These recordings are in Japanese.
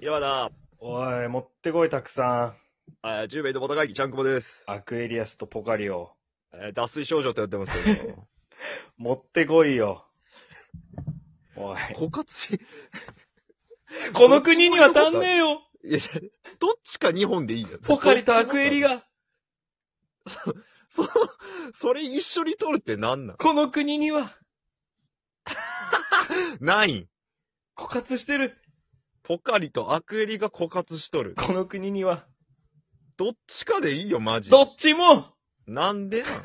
山田、おい、持ってこい、たくさあ10名の元会議、ちゃんくぼです。ん。アクエリアスとポカリを。えー脱水症状って呼んでますけど、 持ってこいよ。おい。枯渇し、この国には足んねえよいや、じゃあどっちか2本でいいよ。ポカリとアクエリが。が、そ、それ一緒に取るってなんなんこの国にはないん。枯渇してる。ポカリとアクエリが枯渇しとる。この国には、どっちかでいいよ、マジで。どっちもなんでなん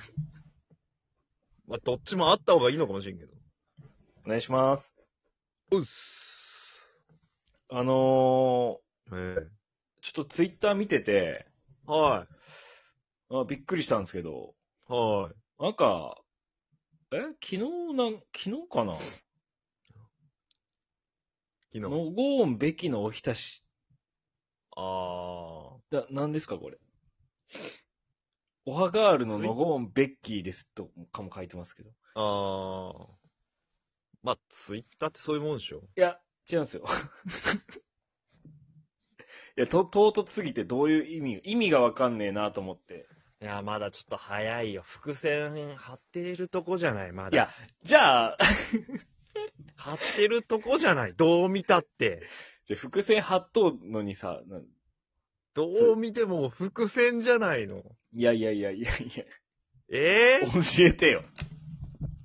まあ、どっちもあった方がいいのかもしれんけど。お願いします。うっす。あのええー、ちょっとツイッター見てて、はあびっくりしたんですけど、い。はい。なんか、え昨日なん、昨日かな昨日。のごーんべきのおひたし。あだ、何ですかこれ。おはガールののごーんベッキーですとかも書いてますけど。いー。あー。まあ、ツイッターってそういうもんでしょ。や、違うんです よ。いや、と、唐突すぎてどういう意味、意味がわかんねえなと思って。いや、まだちょっと早いよ。伏線張ってるとこじゃない、まだ。いや、じゃあ、張ってるとこじゃない。どう見たって。じゃあ伏線貼っとうのにさ、なんどう見ても伏線じゃないの。いやいやいやいやいや、ええ教えてよ。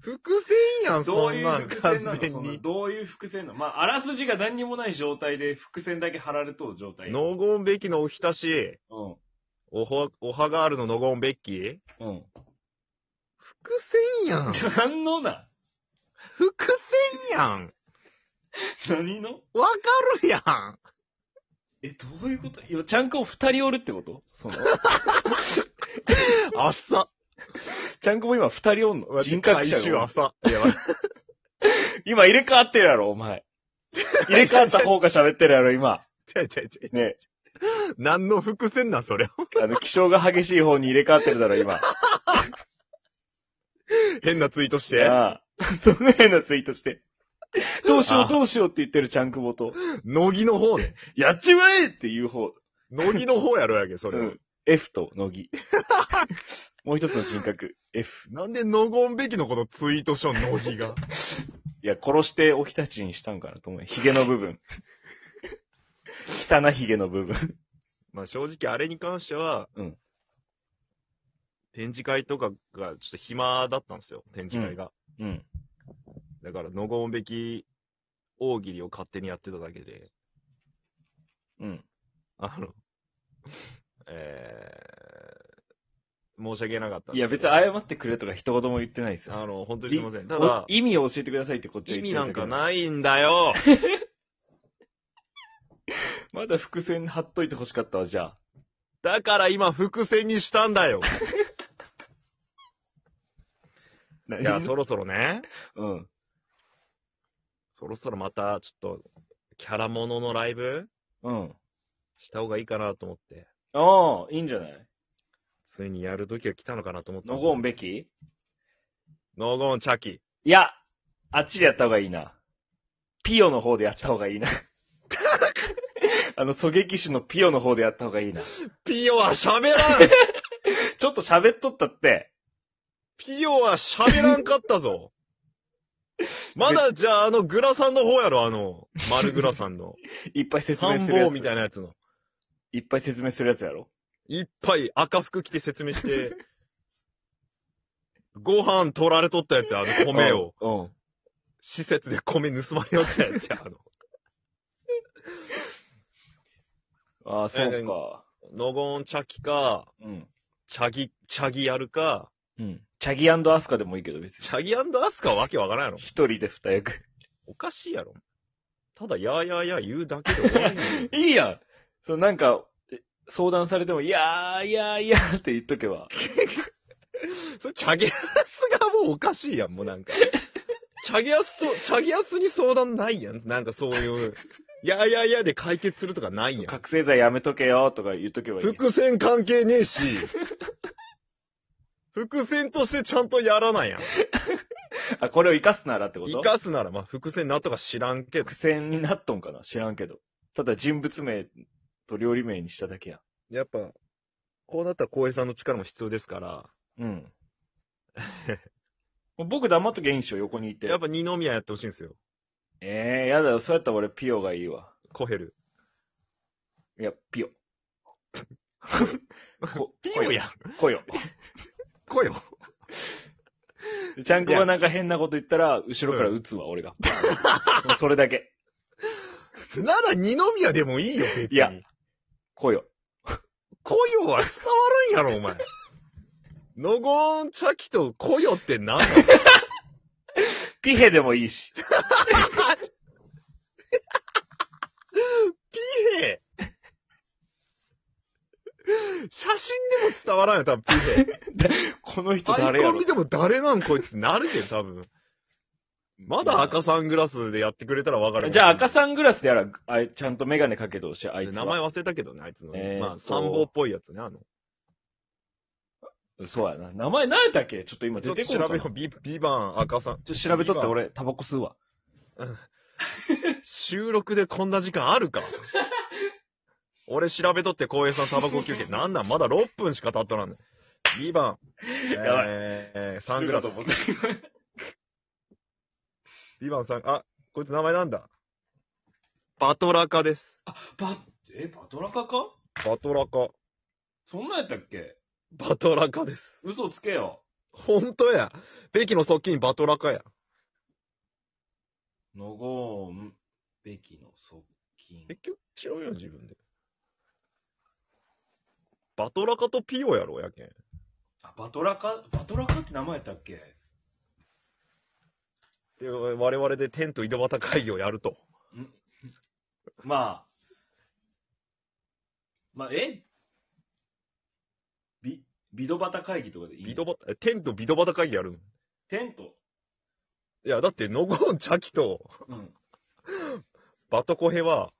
伏線やん、どそういんうなん伏完線なの全そんなに。どういう伏線なのまあ、あらすじが何にもない状態で伏線だけ貼られとう状態。ノーゴンべきのおひたし、おは、おはガールのノーゴンべきうん。うん。 伏線やん。何のな伏線やん。何のわかるやん。え、どういうこと今、ちゃんこ二人おるってことその、 朝。ちゃんこも今二人おんの人格者回収がおる。朝。いや、待って 今入れ替わってるやろ、お前。入れ替わった方が喋ってるやろ、今。ちゃいちゃいちゃい。ね。何の伏線なん、それ。あの、気象が激しい方に入れ替わってるだろ、 今。変なツイートして。ああ。 その変なツイートして。どうしよあう、どうしようって言ってるちゃんくぼと、乃木の方ね。やっちまえっていう方。乃木の方やろやけ、それ。うん。F と、乃 木。もう一つの人格、F。なんでノゴンべきのことツイートしょん、乃木 が。いや、殺しておひたちにしたんかなと思う。ヒゲの部分。 汚いヒゲの部分。まあ正直あれに関しては、うん展示会とかがちょっと暇だったんですよ、展示会が。うん。だからノゴンべき大喜利を勝手にやってただけで、うん。あの、えー、申し訳なかったんいですけど。や、別に謝ってくれとか一言も言ってないですよ。あの、本当にすいません。たおだ、意味を教えてくださいってこっちは意言って味るなだんけかないんだよまだ伏線貼っといてほしかったわ、じゃあ。だから今伏線にしたんだよい や、そろそろね。うん。そろそろまた、ちょっと、キャラもののライブうん。した方がいいかなと思って、ああ、いいんじゃないついにやる時が来たのかなと思って。のごんべきノゴンチャキ。いや、あっちでやった方がいいな。ピオの方でやった方がいいな。 あの、狙撃手のピオの方でやった方がいいな。ピオは 喋らんちょっと喋っとったって。ピオは喋らんかったぞ。まだ、じゃあ、あの、グラさんの方やろ、あの、丸グラさんの。いっぱい 説明参するや謀つ。みたいなやつの。いっぱい説明するやつやろ。いっぱい赤服着て説明して、ご飯取られとったやつや、あの米を。うん。うん。施設で米盗まれよったやつや、あの。ああ、そうか。ノゴンチャキか、うん。チャギ、チャギやるか、うん。チャギアスカでもいいけど、別に。チャギアスカはわけわからんやろ。一人で二役。 おかしいやろ。ただ、やーやーやー言うだけで終わり にいいやんそう、なんか、え相談されても、いやー、いやー、いやーって言っとけば。それ、チャギアスがもうおかしいやん、もうなんか。チャギアスと、チャギアスに相談ないやん。なんかそういう、やーやーやーで解決するとかないやん。覚醒剤やめとけよとか言っとけばいいやん。伏線関係ねえし。伏線としてちゃんとやらないやん。あ、これを生かすならってこと生かすなら、まあ、伏線なんとか知らんけど伏。線になっとんかな知らんけど。ただ人物名と料理名にしただけや。やっぱ、こうなったら浩平さんの力も必要ですから、 うん。もう僕黙っときゃいいんでしょ、横にいて。やっぱ二宮やってほしいんですよ。ええやだよ。そうやったら俺ピオがいいわ。コヘル。いや、ピオ。こピヨや。こよ。コヨ。 ちゃんこがなんか変なこと言ったら、後ろから撃つわ、俺が。もうそれだけ。なら二宮でもいいよ、別に。いやこよ。コヨは伝わるんやろ、お前。ノゴーン、チャキとコヨって何なのピヘでもいいし。ピヘ写真でも伝わらんよ、多分ピヘ。この人ア誰イやコろン見。ても誰なんこいつなるけど、多分。まだ赤サングラスでやってくれたらわかる。じゃあ赤サングラスでやら、あいちゃんとメガネかけてほしい、あいつは。名前忘れたけどね、あいつのね。えーまあ、そう参謀っぽいやつね、あの。そうやな。名前何やったっけちょっと今ちょ出ってとこな調いべちょよう、ビビバン赤さん。っと調べとって俺、タバコ吸うわ。収録でこんな時間ある か俺調べとって光栄さんタバコ休憩。なんなんまだ6分しか経っとらんねん。2番。ばいえー、サングラ ス。2番さん、あ、こいつ名前なんだバトラカです。バ、え、バトラカかバトラカ。そんなんやったっけバトラカです。嘘つけよ。ほんとや。ベキの側近バトラカや。のごーん、べきの側近。局違うよ、自分で。バトラカとピオやろ、やけん。あ、バトラカ、バトラカって名前やったっけで、我々でテント井戸端会議をやると。まあ。まあ、えビ、ビドバタ会議とかでいいのビドバタ、えテントビドバタ会議やるのテント。いや、だって、ノゴーン、チャキと、うん。バトコヘ は、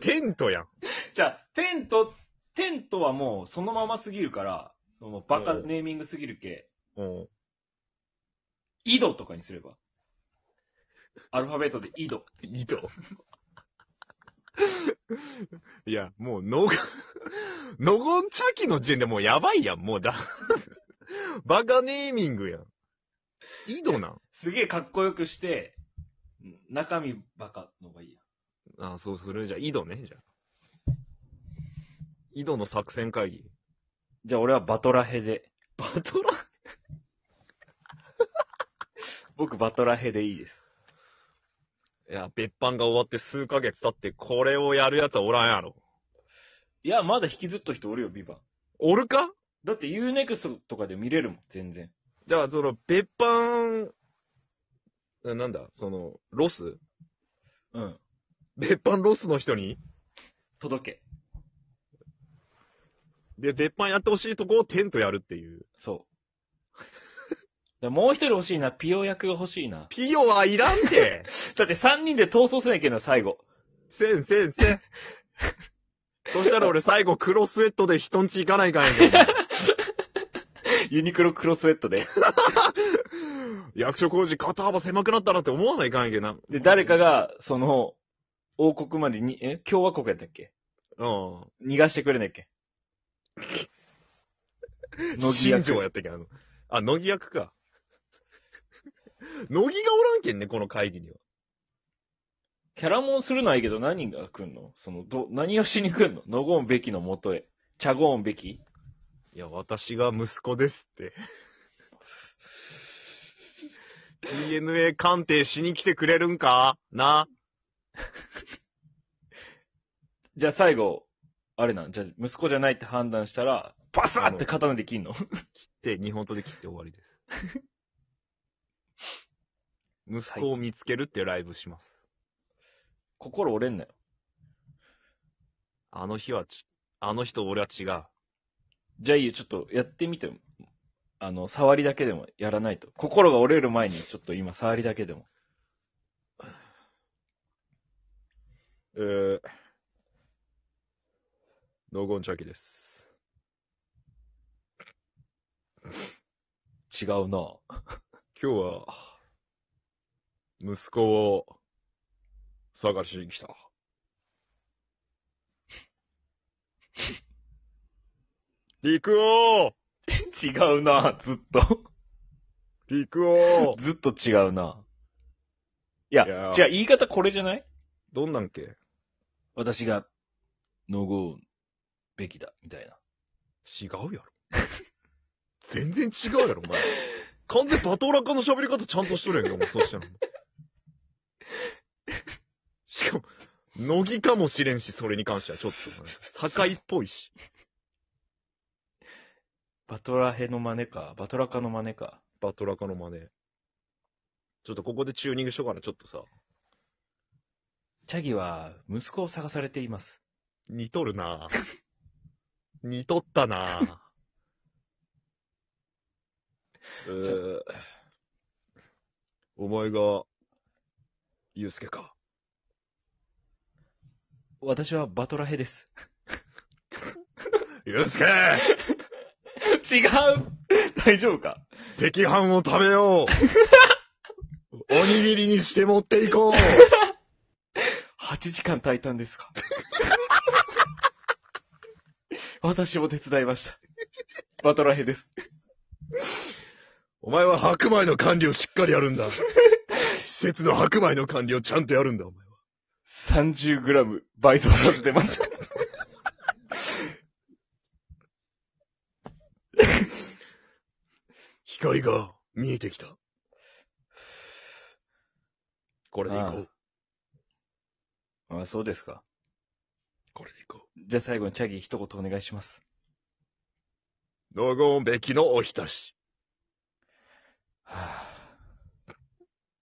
テントやん。じゃあ、テント、テントはもうそのまますぎるから、そのバカうんネーミングすぎるけ、うん。井戸とかにすれば。アルファベットで井戸。井戸。いや、もう、ノゴ、ノゴン、チャキの時点でもうやばいやん、もうだ。バカネーミングやん。井戸なんすげえかっこよくして、うん中身バカの方がいいや。あそうするじゃあ、井戸ね、じゃあ。井戸の作戦会議。じゃあ俺はバトラヘで。バトラ僕バトラヘでいいです。いや、別班が終わって数ヶ月経って、これをやるやつはおらんやろ。いや、まだ引きずっと人おるよ、ビバン。おるかだって UNEXT とかで見れるもん、全然。じゃあ、その、別班、ななんだ、その、ロスうん。別班ロスの人に届け。で、別班やってほしいとこをテントやるっていう。 そう。だもう一人欲しいな。ピオ役が欲しいな。ピヨはいらんて だって三人で逃走せなきゃいけんの、最後。せんせんせん。そしたら俺最後黒スウェットで人んち行かないかんやけど。ユニクロ黒スウェットで。役所工事肩幅狭くなったなって思わないかんやけどな。で、誰かが、その、王国までに、え共和国やったっけうん。逃がしてくれないっ け乃木新役庄やったっけあの。あ、乃木役か。乃木がおらんけんね、この会議には。キャラモンするのはいいけど何が来んのその、ど、何をしに来んのノゴーンべきの元へ。チャゴーンべきいや、私が息子ですって。DNA 鑑定しに来てくれるんかなじゃあ最後、あれなんじゃあ息子じゃないって判断したら、バサーって刀で切んの って、日本刀で切って終わりです。息子を見つけるっていうライブします。心折れんなよ。あの日はち、あの人俺は違う。じゃあいいよ、ちょっとやってみて。あの、触りだけでもやらないと。心が折れる前に、ちょっと今、触りだけでも。えー、ノーゴンチャキです。違うな 今日は、息子を探しに来た。陸王違うな、ずっと。 陸王ずっと違うな。いや、いや違う、言い方これじゃないどんなんっけ私が、のごうべきだ、みたいな。違うやろ。全然違うやろ、お前。完全バトラカの喋り方ちゃんとしとるやんけ、お前、そうしたら。しかも、乃木かもしれんし、それに関しては、ちょっと、境っぽいし。バトラヘの真似か、バトラカの真似か。バトラカの真似。ちょっとここでチューニングしようかな、ちょっとさ。チャギは、息子を探されています。似とるなぁ。似とったなぁ。えー、お前が、ゆうすけか。私はバトラヘです。ゆうすけ違う大丈夫か赤飯を食べようおにぎりにして持っていこう ?8 時間炊いたんですか私も手伝いました。バトラヘです。お前は白米の管理をしっかりやるんだ。施設の白米の管理をちゃんとやるんだ、お前は。 30g バイトされてます。光が見えてきた。これでいこああう。あ、そうですか。これでいこう。じゃあ最後にチャギ一言お願いします。ノゴンべきのおひたし。はぁ